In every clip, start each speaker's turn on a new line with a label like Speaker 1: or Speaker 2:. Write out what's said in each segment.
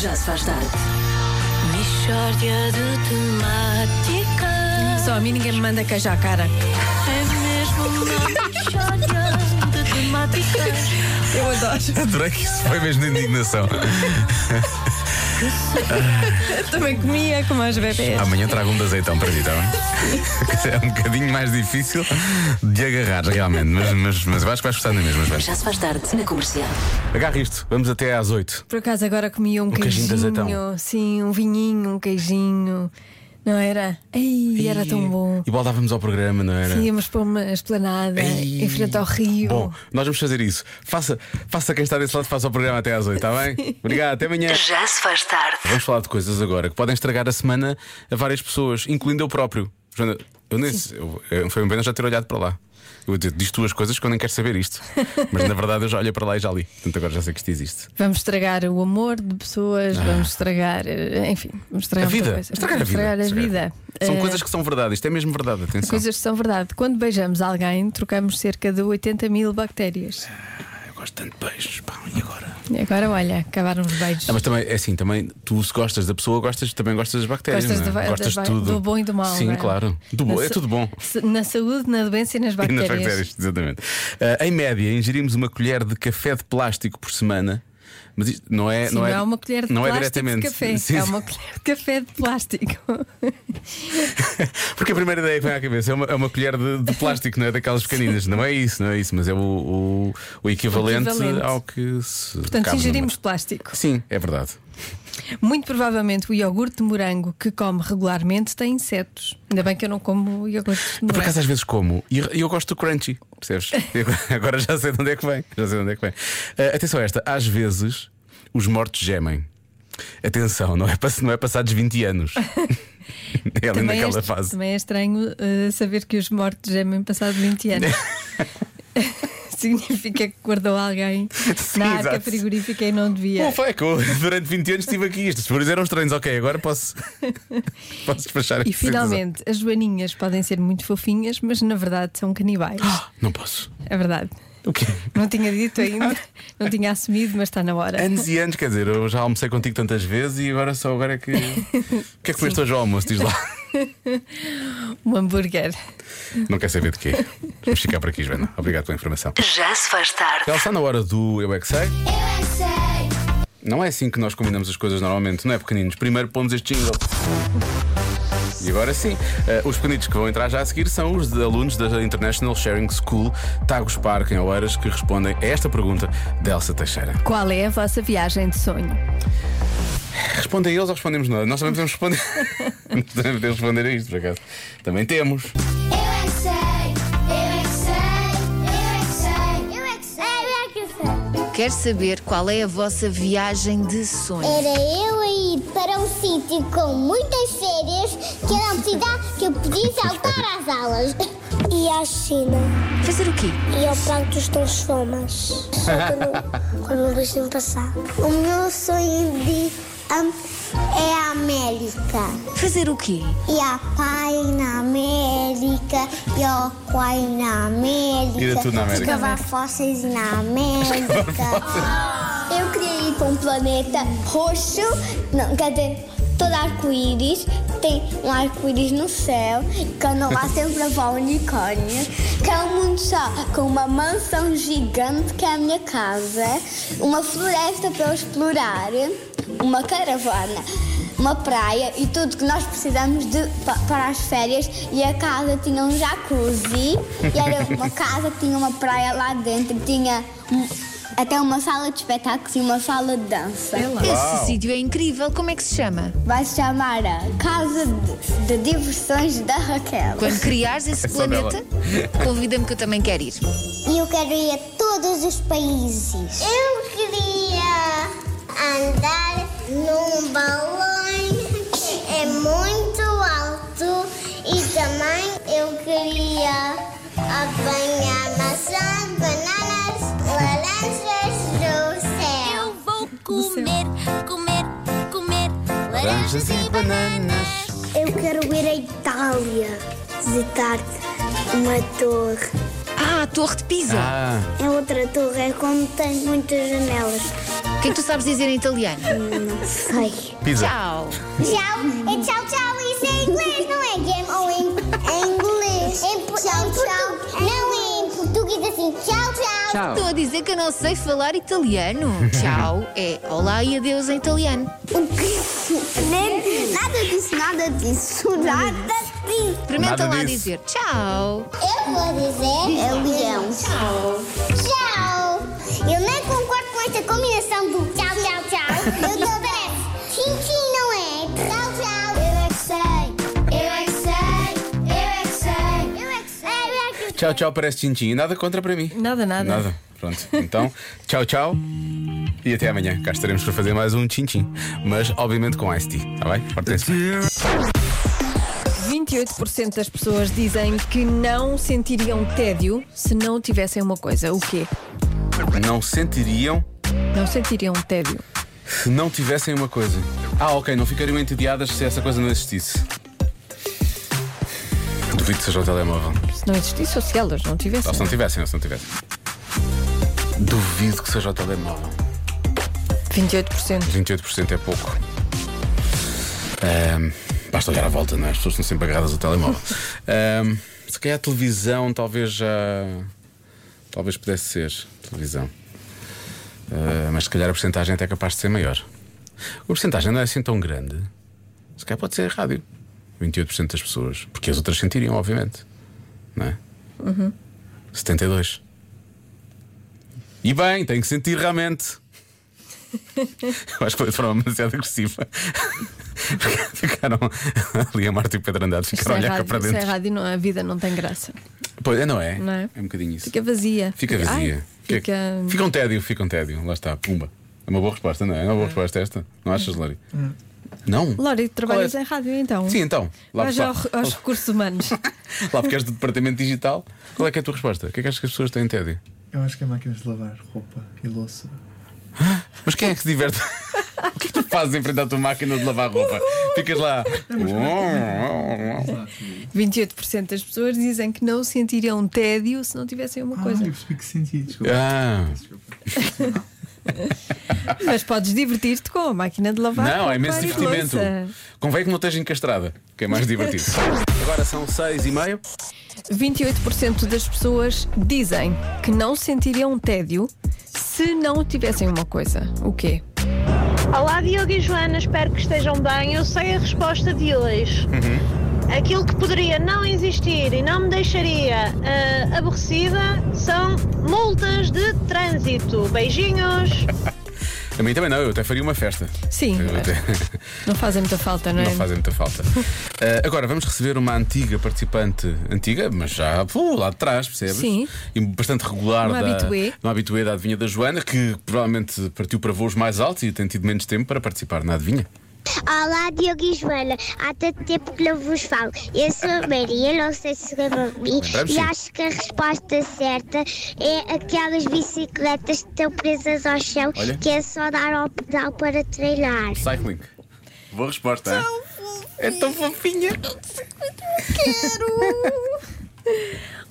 Speaker 1: Já se faz tarde.
Speaker 2: Mishória de temáticas.
Speaker 3: Só a mim ninguém me manda queijar a cara.
Speaker 2: É mesmo uma mishória de temáticas
Speaker 3: Eu adoro.
Speaker 4: Adorei que isso foi mesmo de indignação.
Speaker 2: que se
Speaker 3: Também comia com mais bebês.
Speaker 4: Amanhã trago um de azeitão para ti, tá bem? É um bocadinho mais difícil de agarrar, realmente, mas, mas, mas eu acho que vais gostar na mesma. Joana.
Speaker 1: Já se faz tarde na comercial.
Speaker 4: Agarra isto, vamos até às 8.
Speaker 3: Por acaso agora comia um,
Speaker 4: queijinho de azeitão.
Speaker 3: Sim, um vinhinho, um queijinho. Não era? Ei, era tão bom.
Speaker 4: E voltávamos ao programa, não era?
Speaker 3: Íamos para uma esplanada
Speaker 4: Ei.
Speaker 3: em frente ao rio.
Speaker 4: Bom, nós vamos fazer isso. Faça, faça quem está desse lado, faça o programa até às 8, está bem? Obrigado, até amanhã.
Speaker 1: Já se faz tarde.
Speaker 4: Vamos falar de coisas agora que podem estragar a semana a várias pessoas, incluindo eu próprio. Joana, eu nem sei- eu- eu- foi uma pena já ter olhado para lá. Eu digo, diz tu as coisas que eu nem quero saber isto. Mas na verdade eu já olho para lá e já li. Portanto, agora já sei que isto existe.
Speaker 3: Vamos estragar o amor de pessoas, vamos estragar. eh, Enfim, vamos estragar
Speaker 4: Ah. a
Speaker 3: muita
Speaker 4: vida.
Speaker 3: coisa.
Speaker 4: Estragar a
Speaker 3: Vamos
Speaker 4: vida.
Speaker 3: Estragar a vida.
Speaker 4: São
Speaker 3: Eh,
Speaker 4: coisas que são verdade. Isto é mesmo verdade. Atenção.
Speaker 3: Coisas que são verdade. Quando beijamos alguém, trocamos cerca de 80 mil bactérias.
Speaker 4: Ah, Eu gosto tanto de beijos. Pá, e agora?
Speaker 3: E agora, olha, acabaram os beijos.
Speaker 4: mas também, é assim, também tu se gostas da pessoa, gostas, também gostas das bactérias.
Speaker 3: Gostas,
Speaker 4: não é?
Speaker 3: do,
Speaker 4: gostas
Speaker 3: das-
Speaker 4: de tudo.
Speaker 3: do bom e do mal.
Speaker 4: Sim,
Speaker 3: não é?
Speaker 4: claro. Do bom,
Speaker 3: Na
Speaker 4: é
Speaker 3: sa-
Speaker 4: tudo bom.
Speaker 3: se- Na saúde, na doença e nas
Speaker 4: E nas
Speaker 3: bactérias.
Speaker 4: bactérias, exatamente. Ah, em média, ingerimos uma colher de café de plástico por semana. Mas isto não é.
Speaker 3: Sim,
Speaker 4: não, é,
Speaker 3: uma colher de
Speaker 4: não é
Speaker 3: plástico
Speaker 4: diretamente.
Speaker 3: de café.
Speaker 4: Sim,
Speaker 3: É
Speaker 4: sim.
Speaker 3: uma colher de café de plástico.
Speaker 4: Porque a primeira ideia que vem à cabeça é uma, é uma colher de, de plástico, não é? Daquelas pequeninas. Não é isso, não é isso, mas é o, o- o equivalente,
Speaker 3: equivalente.
Speaker 4: ao que se.
Speaker 3: Portanto,
Speaker 4: cabe
Speaker 3: ingerimos plástico.
Speaker 4: numa- Sim, é verdade.
Speaker 3: Muito provavelmente o iogurte de morango que come regularmente tem insetos. Ainda bem que eu não como iogurte de
Speaker 4: Eu, por
Speaker 3: morango.
Speaker 4: acaso às vezes como e eu- eu gosto do crunchy, percebes? Eu- Agora já sei de onde é que vem. Já sei de onde é que vem. Ah, atenção a esta, às vezes os mortos gemem. Atenção, não é, pass- não é passados 20 anos. é ali
Speaker 3: Também é,
Speaker 4: naquela
Speaker 3: est-
Speaker 4: fase.
Speaker 3: também é estranho eh, saber que os mortos gemem passado 20 anos. Significa que guardou alguém
Speaker 4: Sim,
Speaker 3: na arca
Speaker 4: exato.
Speaker 3: frigorífica e não devia.
Speaker 4: Bom, foi é que eu durante 20 anos estive aqui. Estes furos eram estranhos, ok, agora posso, posso
Speaker 3: E
Speaker 4: despachar esta situação.
Speaker 3: finalmente, as joaninhas podem ser muito fofinhas, mas na verdade são canibais.
Speaker 4: Ah, Não posso.
Speaker 3: É verdade.
Speaker 4: O quê?
Speaker 3: Não tinha dito ainda, não tinha assumido, mas está na hora.
Speaker 4: Anos e anos, quer dizer, eu já almocei contigo tantas vezes e agora só agora é que. O que é que comeste hoje ao almoço? Diz lá.
Speaker 3: Um hambúrguer.
Speaker 4: Não quer saber de quê? Vamos ficar por aqui, Joana. Obrigado pela informação.
Speaker 1: Já se faz tarde.
Speaker 4: Já está na hora do Eu é que sei. Não é assim que nós combinamos as coisas normalmente, não é, pequeninos? Primeiro pomos este jingle. E agora sim, eh, os pequenitos que vão entrar já a seguir são os de- alunos da International Sharing School Tagus Park em Oeiras que respondem a esta pergunta de Elsa Teixeira.
Speaker 3: Qual é a vossa viagem de sonho?
Speaker 4: Respondem eles ou respondemos nós? Nós também podemos responder. Nós também podemos responder a isto, por acaso. Também temos.
Speaker 5: Eu é que sei, eu é que sei, eu é que sei, eu é que sei, eu é que sei.
Speaker 6: Quer saber qual é a vossa viagem de sonho?
Speaker 5: Era eu a ir para um sítio com muitas férias, que era uma cidade que eu podia saltar às aulas. E à China,
Speaker 6: Fazer o quê?
Speaker 5: e ao Parque dos Transformas, só quando, quando me deixem passar. O meu sonho de é a América.
Speaker 6: Fazer o quê?
Speaker 5: E a pai na América, e o pai na América.
Speaker 4: Ir a tudo na América.
Speaker 5: Escavar fósseis na América. Eu queria ir para um planeta roxo, não, quer dizer, todo arco-íris, tem um arco-íris no céu, quando lá sempre vá um unicórnio, que é um mundo só, com uma mansão gigante que é a minha casa, uma floresta para eu explorar, uma caravana uma praia e tudo que nós precisamos de, pa- para as férias. E a casa tinha um jacuzzi, e era uma casa que tinha uma praia lá dentro, e tinha um- até uma sala de espetáculos e uma sala de dança.
Speaker 6: Esse sítio é incrível. Como é que se chama?
Speaker 5: Vai se chamar a Casa de, de Diversões da Raquel.
Speaker 6: Quando criares esse
Speaker 4: É só dela.
Speaker 6: planeta, convida-me que eu também quero ir.
Speaker 5: E eu quero ir a todos os países. Eu queria andar num balão, é muito alto. E também eu queria apanhar maçã, bananas, laranjas do céu.
Speaker 7: Eu vou comer, comer, comer laranjas e bananas.
Speaker 5: Eu quero ir à Itália, visitar uma torre.
Speaker 6: Ah, a Torre de Pisa.
Speaker 4: Ah,
Speaker 5: É outra torre, é como tem muitas janelas.
Speaker 6: que é que tu sabes dizer em italiano?
Speaker 5: Sei.
Speaker 4: Pizza.
Speaker 6: Tchau.
Speaker 5: Tchau, é tchau, tchau, isso é em inglês, não é? Game ou em, inglês. tchau, tchau. Não é em português assim, tchau, tchau.
Speaker 6: Estou a dizer que eu não sei falar italiano. Tchau é olá e adeus em italiano.
Speaker 5: O que? Nem, nada disso, nada disso, nada disso.
Speaker 6: Experimenta
Speaker 4: Nada
Speaker 6: lá
Speaker 4: disso.
Speaker 6: dizer tchau.
Speaker 5: Eu vou dizer. É leão. Tchau. Tchau. Eu nem concordo com esta combinação do tchau, tchau, tchau. Eu dou 10. Tchim, tchim, não é? Tchau, tchau. Eu é que sei. Eu é que sei. Eu é que sei. Eu é que sei.
Speaker 4: Tchau, tchau, parece tchim-tchim. E nada contra para mim.
Speaker 3: Nada, nada.
Speaker 4: Nada. Pronto. Então, tchau, tchau. E até amanhã. Cá estaremos para fazer mais um tchim-tchim. Mas, obviamente, com Ice Tea. Está bem? Portem-se bem.
Speaker 3: 28% das pessoas dizem que não sentiriam tédio se não tivessem uma coisa. O quê?
Speaker 4: Não sentiriam
Speaker 3: Não sentiriam um tédio.
Speaker 4: se não tivessem uma coisa. Ah, ok. Não ficariam entediadas se essa coisa não existisse. Duvido que seja o telemóvel.
Speaker 3: Se não existisse ou se elas não tivessem.
Speaker 4: Ou se não tivessem, ou se não tivessem. Duvido que seja o telemóvel.
Speaker 3: 28%.
Speaker 4: 28% é pouco. Ahm, basta olhar à volta, não é? As pessoas estão sempre agarradas ao telemóvel. Ahm, se calhar a televisão, talvez já. Talvez pudesse ser. Televisão. Ah, mas se calhar a porcentagem até é capaz de ser maior. A porcentagem não é assim tão grande. Se calhar pode ser rádio. 28% das pessoas. Porque as outras sentiriam, obviamente. Não é?
Speaker 3: Uhum.
Speaker 4: 72. E bem, tenho que sentir realmente. Eu acho que foi de forma demasiado agressiva. ficaram ali a Marta e o Pedro Andrade
Speaker 3: Isto
Speaker 4: ficaram a
Speaker 3: é
Speaker 4: olhar cá
Speaker 3: rádio,
Speaker 4: para
Speaker 3: isto é
Speaker 4: dentro.
Speaker 3: rádio não, a vida não tem graça.
Speaker 4: Pois é, não é?
Speaker 3: Não é?
Speaker 4: É um bocadinho isso.
Speaker 3: Fica vazia.
Speaker 4: Fica vazia.
Speaker 3: Ai, fica.
Speaker 4: fica um tédio, fica um tédio. Lá está, pumba. É uma boa resposta, não é? É uma boa resposta esta. Não achas, Lori?
Speaker 3: Hum.
Speaker 4: Não?
Speaker 3: Lori, trabalhas
Speaker 4: Qual é?
Speaker 3: em rádio então?
Speaker 4: Sim, então. Lá,
Speaker 3: Vais ao-
Speaker 4: pessoal-
Speaker 3: aos recursos humanos.
Speaker 4: lá porque és do departamento digital. Qual é que é a tua resposta? O que é que achas que as pessoas têm tédio?
Speaker 8: Eu acho que é máquinas de lavar roupa e louça.
Speaker 4: Mas quem é que se diverte? o que é que tu fazes em frente à tua máquina de lavar roupa? Ficas lá.
Speaker 3: 28% das pessoas dizem que não sentiriam um tédio se não tivessem uma coisa.
Speaker 8: Ah, eu percebi que senti, desculpa.
Speaker 4: Ah,
Speaker 8: Desculpa.
Speaker 3: Mas podes divertir-te com a máquina de lavar.
Speaker 4: não,
Speaker 3: roupa
Speaker 4: é imenso
Speaker 3: e
Speaker 4: divertimento.
Speaker 3: louça.
Speaker 4: Convém que não esteja encastrada, que é mais divertido. Agora são seis e meio.
Speaker 3: 28% das pessoas dizem que não sentiriam um tédio se não tivessem uma coisa. O quê?
Speaker 9: Olá Diogo e Joana, espero que estejam bem. Eu sei a resposta de hoje. Aquilo que poderia não existir e não me deixaria ah, aborrecida são multas de trânsito. Beijinhos!
Speaker 4: A mim também não, eu até faria uma festa.
Speaker 3: Sim,
Speaker 4: Eu até-
Speaker 3: não fazem muita falta, não é?
Speaker 4: Não fazem muita falta. Ah, agora vamos receber uma antiga participante, antiga, mas já uh, lá de trás, percebes?
Speaker 3: Sim.
Speaker 4: E bastante regular
Speaker 3: Uma
Speaker 4: da,
Speaker 3: habitué.
Speaker 4: uma habitué da adivinha da Joana, que provavelmente partiu para voos mais altos e tem tido menos tempo para participar na adivinha.
Speaker 5: Olá, Diogo e Joana. Há tanto tempo que não vos falo. Eu sou a Maria, não sei se lembram de mim.
Speaker 4: Lembramos,
Speaker 5: E
Speaker 4: sim.
Speaker 5: acho que a resposta certa é aquelas bicicletas que estão presas ao chão,
Speaker 4: Olha.
Speaker 5: que é só dar ao pedal para treinar.
Speaker 4: Cycling. Boa resposta. hein? É tão fofinha.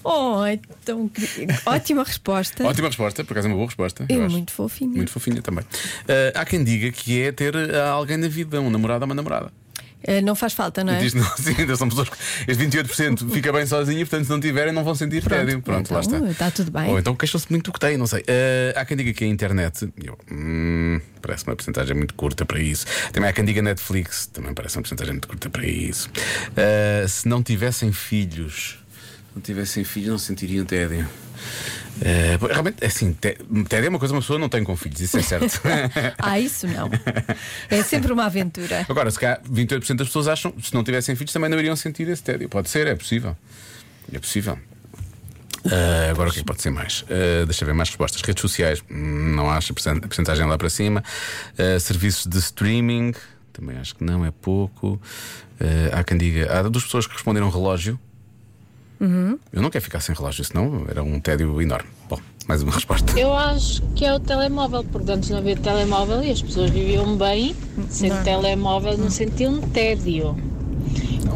Speaker 3: Oh, é tão querido. Ótima resposta.
Speaker 4: Ótima resposta, por acaso é uma boa resposta.
Speaker 3: É
Speaker 4: eu acho.
Speaker 3: muito fofinho.
Speaker 4: Muito fofinha também. Ah, há quem diga que é ter ah, alguém na vida, um namorado ou uma namorada.
Speaker 3: Eh, não faz falta, não é?
Speaker 4: Diz, não, sim, ainda são pessoas. que- Este 28% fica bem sozinho, portanto, se não tiverem, não vão sentir tédio. Pronto, lá está.
Speaker 3: então, está tudo bem.
Speaker 4: Ou então queixam-se muito do que têm, não sei. Ah, há quem diga que é a internet. Eu, hum, parece uma porcentagem muito curta para isso. Também há quem diga Netflix. Também parece uma porcentagem muito curta para isso. Ah, se não tivessem filhos. Se não tivessem filhos, não sentiriam tédio. Ah, bom, realmente, assim, té- tédio é uma coisa que uma pessoa não tem com filhos, isso é certo.
Speaker 3: Ah, isso não. É sempre uma aventura.
Speaker 4: Agora, se cá 28% das pessoas acham se não tivessem filhos também não iriam sentir esse tédio. Pode ser, é possível. É possível. Ah, agora o que é que pode ser mais? Ah, deixa eu ver mais respostas. Redes sociais, hum, não acho a percent- a porcentagem lá para cima. Ah, serviços de streaming, também acho que não é pouco. Ah, há quem diga, há duas pessoas que responderam relógio. Eu não quero ficar sem relógio, senão era um tédio enorme. Bom, mais uma resposta.
Speaker 10: Eu acho que é o telemóvel, porque antes não havia telemóvel e as pessoas viviam bem sem telemóvel, não sentiam tédio.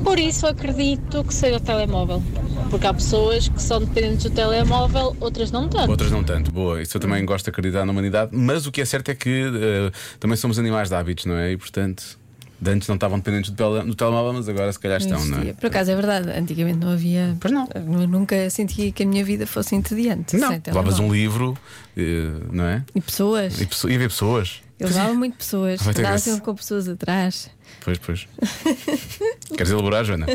Speaker 10: Por isso acredito que seja o telemóvel. Porque há pessoas que são dependentes do telemóvel, outras não tanto.
Speaker 4: Outras não tanto, boa. Isso eu também gosto de acreditar na humanidade, mas o que é certo é que eh, também somos animais de hábitos, não é? E portanto, de antes não estavam dependentes do, tele- do telemóvel, mas agora se calhar estão, não é?
Speaker 3: existia. Por acaso é verdade, antigamente não havia. Pois não. Eu nunca senti que a minha vida fosse entediante.
Speaker 4: Não,
Speaker 3: sem
Speaker 4: levavas
Speaker 3: telemóvel.
Speaker 4: um livro, eh, não é?
Speaker 3: E pessoas.
Speaker 4: E, pesso- e havia pessoas.
Speaker 3: Eu levava muito pessoas,
Speaker 4: Vai ter
Speaker 3: andava
Speaker 4: graça.
Speaker 3: sempre com pessoas atrás.
Speaker 4: Pois, pois. Queres elaborar, Joana?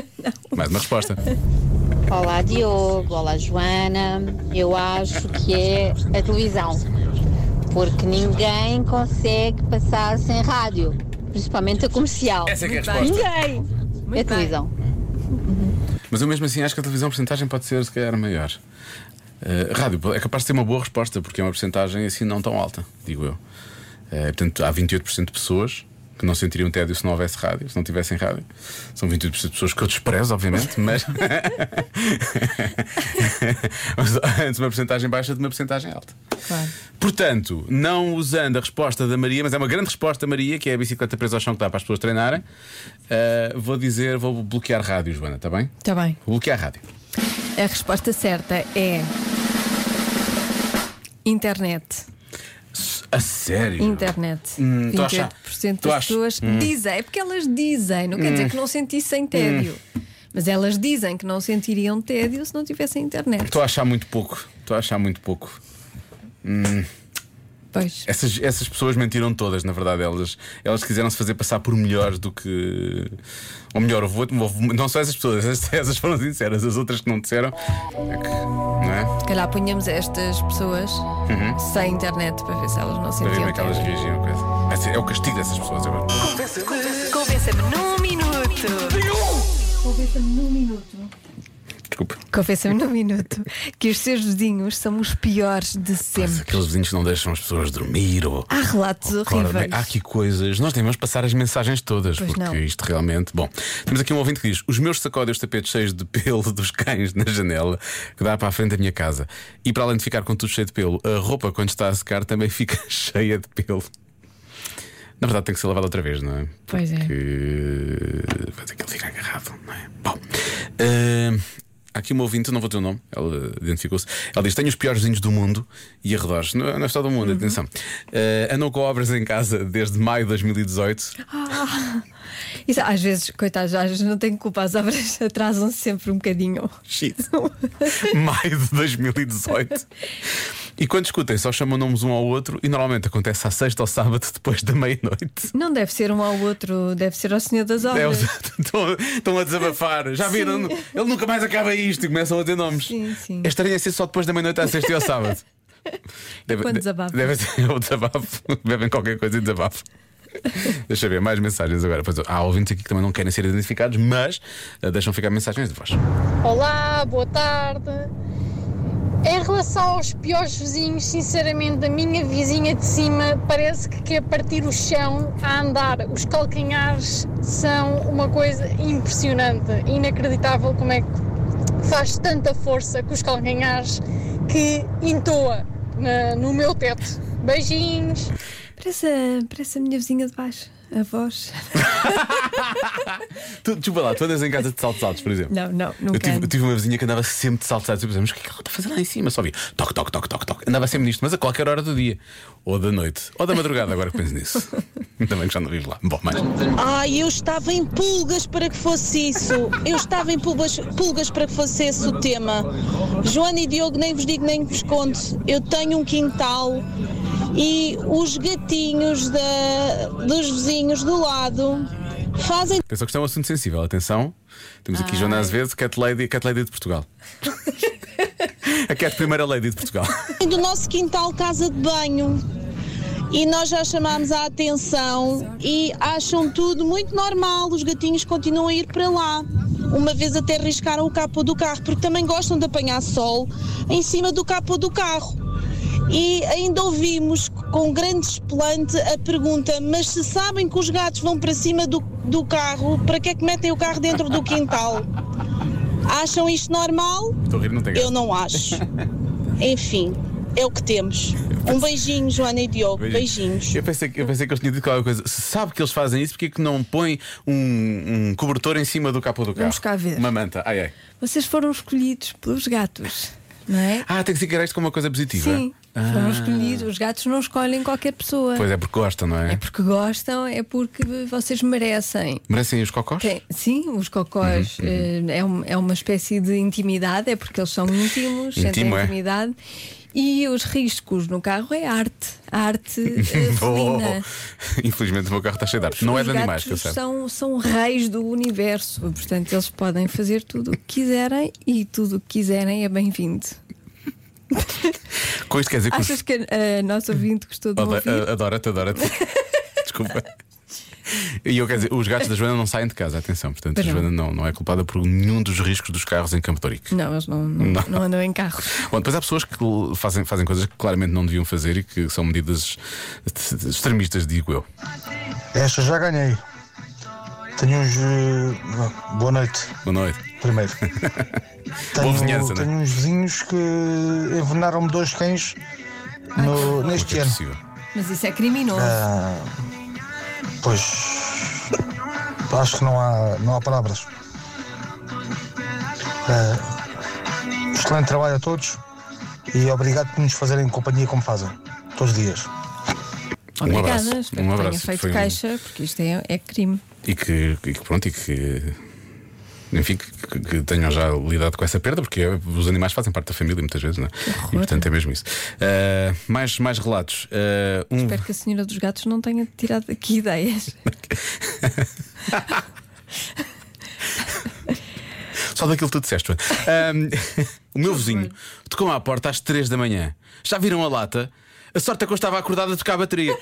Speaker 4: Mais uma resposta.
Speaker 11: Olá Diogo, olá Joana. Eu acho que é a televisão, porque ninguém consegue passar sem rádio, principalmente a comercial.
Speaker 4: Essa é que é a Muito resposta.
Speaker 11: Ninguém. é a televisão.
Speaker 4: Mas eu mesmo assim acho que a televisão porcentagem pode ser se calhar maior. Eh, rádio é capaz de ter uma boa resposta, porque é uma porcentagem assim não tão alta, digo eu. Eh, portanto, há 28% de pessoas que não sentiriam tédio se não houvesse rádio, se não tivessem rádio. São 28% de pessoas que eu desprezo, obviamente, mas. mas antes uma porcentagem baixa de uma porcentagem alta.
Speaker 3: Claro.
Speaker 4: Portanto, não usando a resposta da Maria, mas é uma grande resposta, Maria, que é a bicicleta presa ao chão que dá para as pessoas treinarem, eh, vou dizer, vou bloquear rádio, Joana, está bem?
Speaker 3: Está Tá bem.
Speaker 4: Vou bloquear é rádio.
Speaker 3: A resposta certa é. Internet.
Speaker 4: A sério?
Speaker 3: Internet.
Speaker 4: Hum, tu acha?
Speaker 3: 28%
Speaker 4: Tu
Speaker 3: das
Speaker 4: acha?
Speaker 3: pessoas
Speaker 4: Hum.
Speaker 3: dizem, é porque elas dizem, não quer
Speaker 4: Hum.
Speaker 3: dizer que não sentissem tédio. Mas elas dizem que não sentiriam tédio se não tivessem internet.
Speaker 4: Estou a achar muito pouco. Estou a achar muito pouco. Hum.
Speaker 3: Pois.
Speaker 4: Essas, essas pessoas mentiram todas, na verdade. Elas, elas quiseram se fazer passar por melhores do que. Ou melhor, houve, outro- houve- não só essas pessoas, essas, essas foram sinceras, as outras que não disseram. é que- não é?
Speaker 3: Se calhar punhamos estas pessoas
Speaker 4: Uhum.
Speaker 3: sem internet para ver se elas não
Speaker 4: Para ver como
Speaker 3: sentiam
Speaker 4: é que elas
Speaker 3: tédio.
Speaker 4: reagiam. coisa. Vai ser- É o castigo dessas pessoas agora.
Speaker 3: Convença-me num minuto. Convença-me num minuto.
Speaker 4: Desculpa.
Speaker 3: Confessa-me num minuto que os seus vizinhos são os piores de sempre.
Speaker 4: Aqueles vizinhos que não deixam as pessoas dormir ou.
Speaker 3: Há relatos
Speaker 4: Ora
Speaker 3: horríveis.
Speaker 4: bem, né? há aqui coisas. Nós devemos passar as mensagens todas,
Speaker 3: Pois
Speaker 4: porque
Speaker 3: não.
Speaker 4: isto realmente. Bom, temos aqui um ouvinte que diz: Os meus sacodem os tapetes cheios de pelo dos cães na janela, que dá para a frente da minha casa. E para além de ficar com tudo cheio de pelo, a roupa, quando está a secar, também fica cheia de pelo. Na verdade, tem que ser lavada outra vez, não é?
Speaker 3: Pois é.
Speaker 4: Que. Vai ter que ele ficar agarrado, não é? Bom. ah, Há aqui uma ouvinte, não vou dizer o nome, ela identificou-se. Ela diz: Tenho os piores vizinhos do mundo e arredores. Não, é- não é só do mundo, atenção. Ah, andam com obras em casa desde maio de 2018.
Speaker 3: Ah, isso, às vezes, coitados, às vezes não tenho culpa, as obras atrasam-se sempre um bocadinho.
Speaker 4: Shit. maio de 2018. E quando escutem, só chamam nomes um ao outro e normalmente acontece à sexta ou sábado depois da meia-noite.
Speaker 3: Não deve ser um ao outro, deve ser ao senhor das obras.
Speaker 4: Eles É estão- Estão a desabafar. Já viram?
Speaker 3: Sim.
Speaker 4: Ele nunca mais acaba isto e começam a ter nomes.
Speaker 3: Sim, sim. É
Speaker 4: É estranho é ser só depois da meia-noite à sexta e ao sábado. Deve,
Speaker 3: Quando
Speaker 4: de-
Speaker 3: desabafam.
Speaker 4: Deve ser o desabafo. Bebem qualquer coisa e desabafo. Deixa eu ver, mais mensagens agora. Pois, há ouvintes aqui que também não querem ser identificados, mas ah, deixam ficar mensagens de voz.
Speaker 12: Olá, boa tarde. Em relação aos piores vizinhos, sinceramente, a minha vizinha de cima parece que quer partir o chão a andar. Os calcanhares são uma coisa impressionante, inacreditável como é que faz tanta força com os calcanhares que entoa na- no meu teto. Beijinhos!
Speaker 3: Parece, a- parece a minha vizinha de baixo, a voz.
Speaker 4: Tu, desculpa lá, tu andas em casa de saltos altos, por exemplo.
Speaker 3: Não, não,
Speaker 4: Eu
Speaker 3: nunca.
Speaker 4: tive, eu
Speaker 3: ando.
Speaker 4: tive uma vizinha que andava sempre de saltos altos. Eu pensei, mas o que é que ela está a fazer lá em cima? Só via toque, toque, toque, toque, toque. Andava sempre nisto, mas a qualquer hora do dia. Ou da noite. Ou da madrugada, agora que penso nisso. Também que já não vivo lá. Bom, mais.
Speaker 13: Ai, eu estava em pulgas para que fosse isso. Eu estava em pulgas, pulgas para que fosse esse o tema. Joana e Diogo, nem vos digo nem vos conto. Eu tenho um quintal e os gatinhos da- dos vizinhos do lado fazem.
Speaker 4: Atenção que isto é um assunto sensível. Atenção. Temos
Speaker 3: Ah.
Speaker 4: aqui Joana Azevedo, Cat Lady, Cat Lady de Portugal. a Cat Primeira Lady de Portugal.
Speaker 13: do nosso quintal casa de banho. E nós já chamámos a atenção e acham tudo muito normal, os gatinhos continuam a ir para lá. Uma vez até riscaram o capô do carro, porque também gostam de apanhar sol em cima do capô do carro. E ainda ouvimos com grande esplante a pergunta: mas se sabem que os gatos vão para cima do, do carro, para que é que metem o carro dentro do quintal? Acham isto normal?
Speaker 4: Estou a rir, não tem graça.
Speaker 13: Eu não acho. Enfim, é o que temos. Um beijinho, Joana e Diogo. Beijinhos.
Speaker 4: Eu pensei, que- eu pensei que eles tinham dito qualquer coisa. Se sabe que eles fazem isso, porque é que não põe um, um cobertor em cima do capô do carro?
Speaker 3: Vamos cá ver.
Speaker 4: Uma manta. Ai, ai.
Speaker 3: Vocês foram escolhidos pelos gatos, não é?
Speaker 4: Ah, tem que ser isto como uma coisa positiva.
Speaker 3: Sim,
Speaker 4: Ah.
Speaker 3: foram escolhidos. Os gatos não escolhem qualquer pessoa.
Speaker 4: Pois é, porque gosta, não é?
Speaker 3: Porque gostam é porque vocês merecem.
Speaker 4: Merecem os cocós?
Speaker 3: Tem- sim, os cocós
Speaker 4: Uhum,
Speaker 3: eh, é, um- é uma espécie de intimidade, é porque eles são íntimos, sentem
Speaker 4: Íntimo, é.
Speaker 3: intimidade. E os riscos no carro é arte, a arte eh,
Speaker 4: Vou-
Speaker 3: felina.
Speaker 4: Infelizmente o meu carro está cheio de Oh, arte. Não é
Speaker 3: os
Speaker 4: de animais, que eu
Speaker 3: gatos
Speaker 4: sei.
Speaker 3: são, são reis do universo, portanto eles podem fazer tudo o que quiserem e tudo o que quiserem é bem-vindo.
Speaker 4: Com isto quer dizer que os...
Speaker 3: Achas que a, a nossa ouvinte gostou de me
Speaker 4: Ode-
Speaker 3: ouvir?
Speaker 4: a- Adora-te, adora-te. Desculpa. E eu quero dizer, os gatos da Joana não saem de casa, atenção. Portanto,
Speaker 3: Pois
Speaker 4: a
Speaker 3: não.
Speaker 4: Joana não, não é culpada por nenhum dos riscos dos carros em Campo de Ourique.
Speaker 3: Não, eles não, não,
Speaker 4: Não.
Speaker 3: não andam em carros.
Speaker 4: Bom, depois há pessoas que fazem, fazem coisas que claramente não deviam fazer e que são medidas extremistas, digo eu. É.
Speaker 14: Esta já ganhei. Tenho uns. eh, Boa noite.
Speaker 4: Boa noite.
Speaker 14: Primeiro.
Speaker 4: Boa vizinhança,
Speaker 14: tenho um
Speaker 4: né?
Speaker 14: uns vizinhos que envenenaram-me dois cães no-
Speaker 4: é
Speaker 14: neste ano.
Speaker 3: Mas isso é criminoso.
Speaker 14: Ah, pois. Acho que não há, não há palavras. Ah, excelente trabalho a todos e obrigado por nos fazerem companhia como fazem, todos os dias.
Speaker 3: Obrigada,
Speaker 4: abraço,
Speaker 3: espero
Speaker 4: um
Speaker 3: que
Speaker 4: abraço.
Speaker 3: tenha feito
Speaker 4: Foi um-
Speaker 3: caixa, porque isto é, é crime.
Speaker 4: E que, e que pronto, e que. Enfim, que, que- que tenham já lidado com essa perda, porque é, os animais fazem parte da família muitas vezes, não é? E portanto é mesmo isso. Ah, mais, mais relatos. Ah, um...
Speaker 3: Espero que a senhora dos gatos não tenha tirado aqui ideias.
Speaker 4: Só daquilo que tu disseste, Joana. Ahm, o meu vizinho tocou-me à porta às 3 da manhã. Já viram a lata? A sorte é que eu estava acordado a tocar a bateria.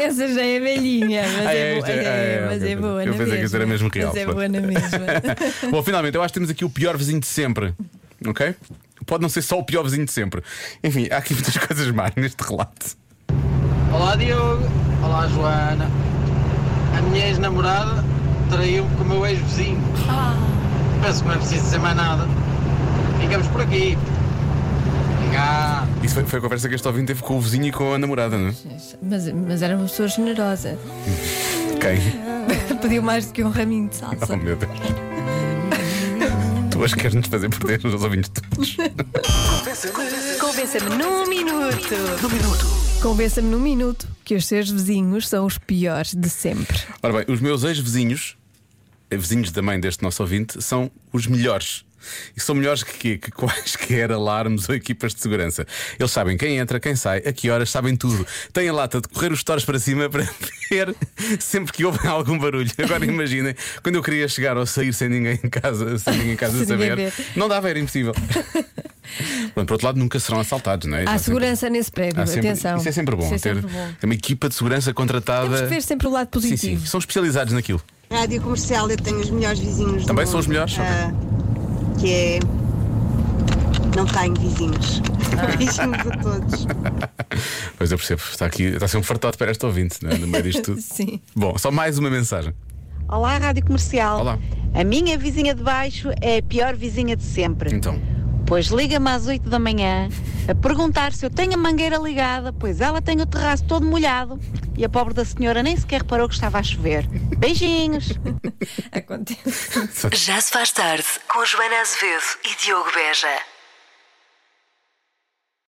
Speaker 3: Essa já é velhinha, mas
Speaker 4: Ah,
Speaker 3: é,
Speaker 4: é,
Speaker 3: boa.
Speaker 4: é, é,
Speaker 3: mas
Speaker 4: ok,
Speaker 3: é boa
Speaker 4: eu
Speaker 3: na
Speaker 4: pensei que
Speaker 3: mesma.
Speaker 4: isso era mesmo real,
Speaker 3: Mas é
Speaker 4: pronto.
Speaker 3: boa na mesma.
Speaker 4: Bom, finalmente, eu acho que temos aqui o pior vizinho de sempre. Ok? Pode não ser só o pior vizinho de sempre. Enfim, há aqui muitas coisas más neste relato.
Speaker 15: Olá Diogo, olá Joana. A minha ex-namorada traiu-me com o meu ex-vizinho. Penso que não é preciso dizer mais nada. Ficamos por aqui. Obrigado.
Speaker 4: Isso foi, foi a conversa que este ouvinte teve com o vizinho e com a namorada, não é?
Speaker 3: mas, mas era uma pessoa generosa.
Speaker 4: Quem?
Speaker 3: Ah. Pediu mais do que um raminho de
Speaker 4: Oh
Speaker 3: salsa.
Speaker 4: meu Deus. tu hoje queres nos fazer perder os ouvintes todos.
Speaker 3: Convença-me num minuto. Num minuto. Convença-me num minuto que os seus vizinhos são os piores de sempre.
Speaker 4: Ora bem, os meus ex-vizinhos, eh, vizinhos da mãe deste nosso ouvinte, são os melhores. E são melhores que, quê? que quaisquer alarmes ou equipas de segurança. Eles sabem quem entra, quem sai, a que horas, sabem tudo. Têm a lata de correr os torres para cima para ver sempre que houve algum barulho. Agora imaginem, quando eu queria chegar ou sair sem ninguém em casa, sem ninguém em casa
Speaker 3: Sem ninguém
Speaker 4: saber,
Speaker 3: ver.
Speaker 4: não dava, era impossível. Bom, por outro lado, nunca serão assaltados, não é?
Speaker 3: Há
Speaker 4: Isso é sempre-
Speaker 3: segurança nesse prédio,
Speaker 4: há sempre-
Speaker 3: atenção.
Speaker 4: Isso é sempre bom,
Speaker 3: Isso é
Speaker 4: ter
Speaker 3: sempre bom.
Speaker 4: uma equipa de segurança contratada.
Speaker 16: Temos que ver sempre o lado
Speaker 4: Sim, sim,
Speaker 16: positivo.
Speaker 4: são especializados naquilo.
Speaker 16: Rádio comercial, eu tenho os melhores vizinhos. do
Speaker 4: Também são os
Speaker 16: mundo,
Speaker 4: melhores, ok.
Speaker 16: ah, que é. Não tenho vizinhos. Beijinhos a todos.
Speaker 4: Pois eu percebo, está aqui, está a ser um fartote para este ouvinte, não é? no meio disto tudo.
Speaker 16: Sim.
Speaker 4: Bom, só mais uma mensagem.
Speaker 17: Olá, Rádio Comercial.
Speaker 4: Olá.
Speaker 17: A minha vizinha de baixo é a pior vizinha de sempre.
Speaker 4: Então.
Speaker 17: Pois liga-me às 8 da manhã a perguntar se eu tenho a mangueira ligada, pois ela tem o terraço todo molhado e a pobre da senhora nem sequer reparou que estava a chover. Beijinhos!
Speaker 1: Já se faz tarde com Joana Azevedo e Diogo Beja.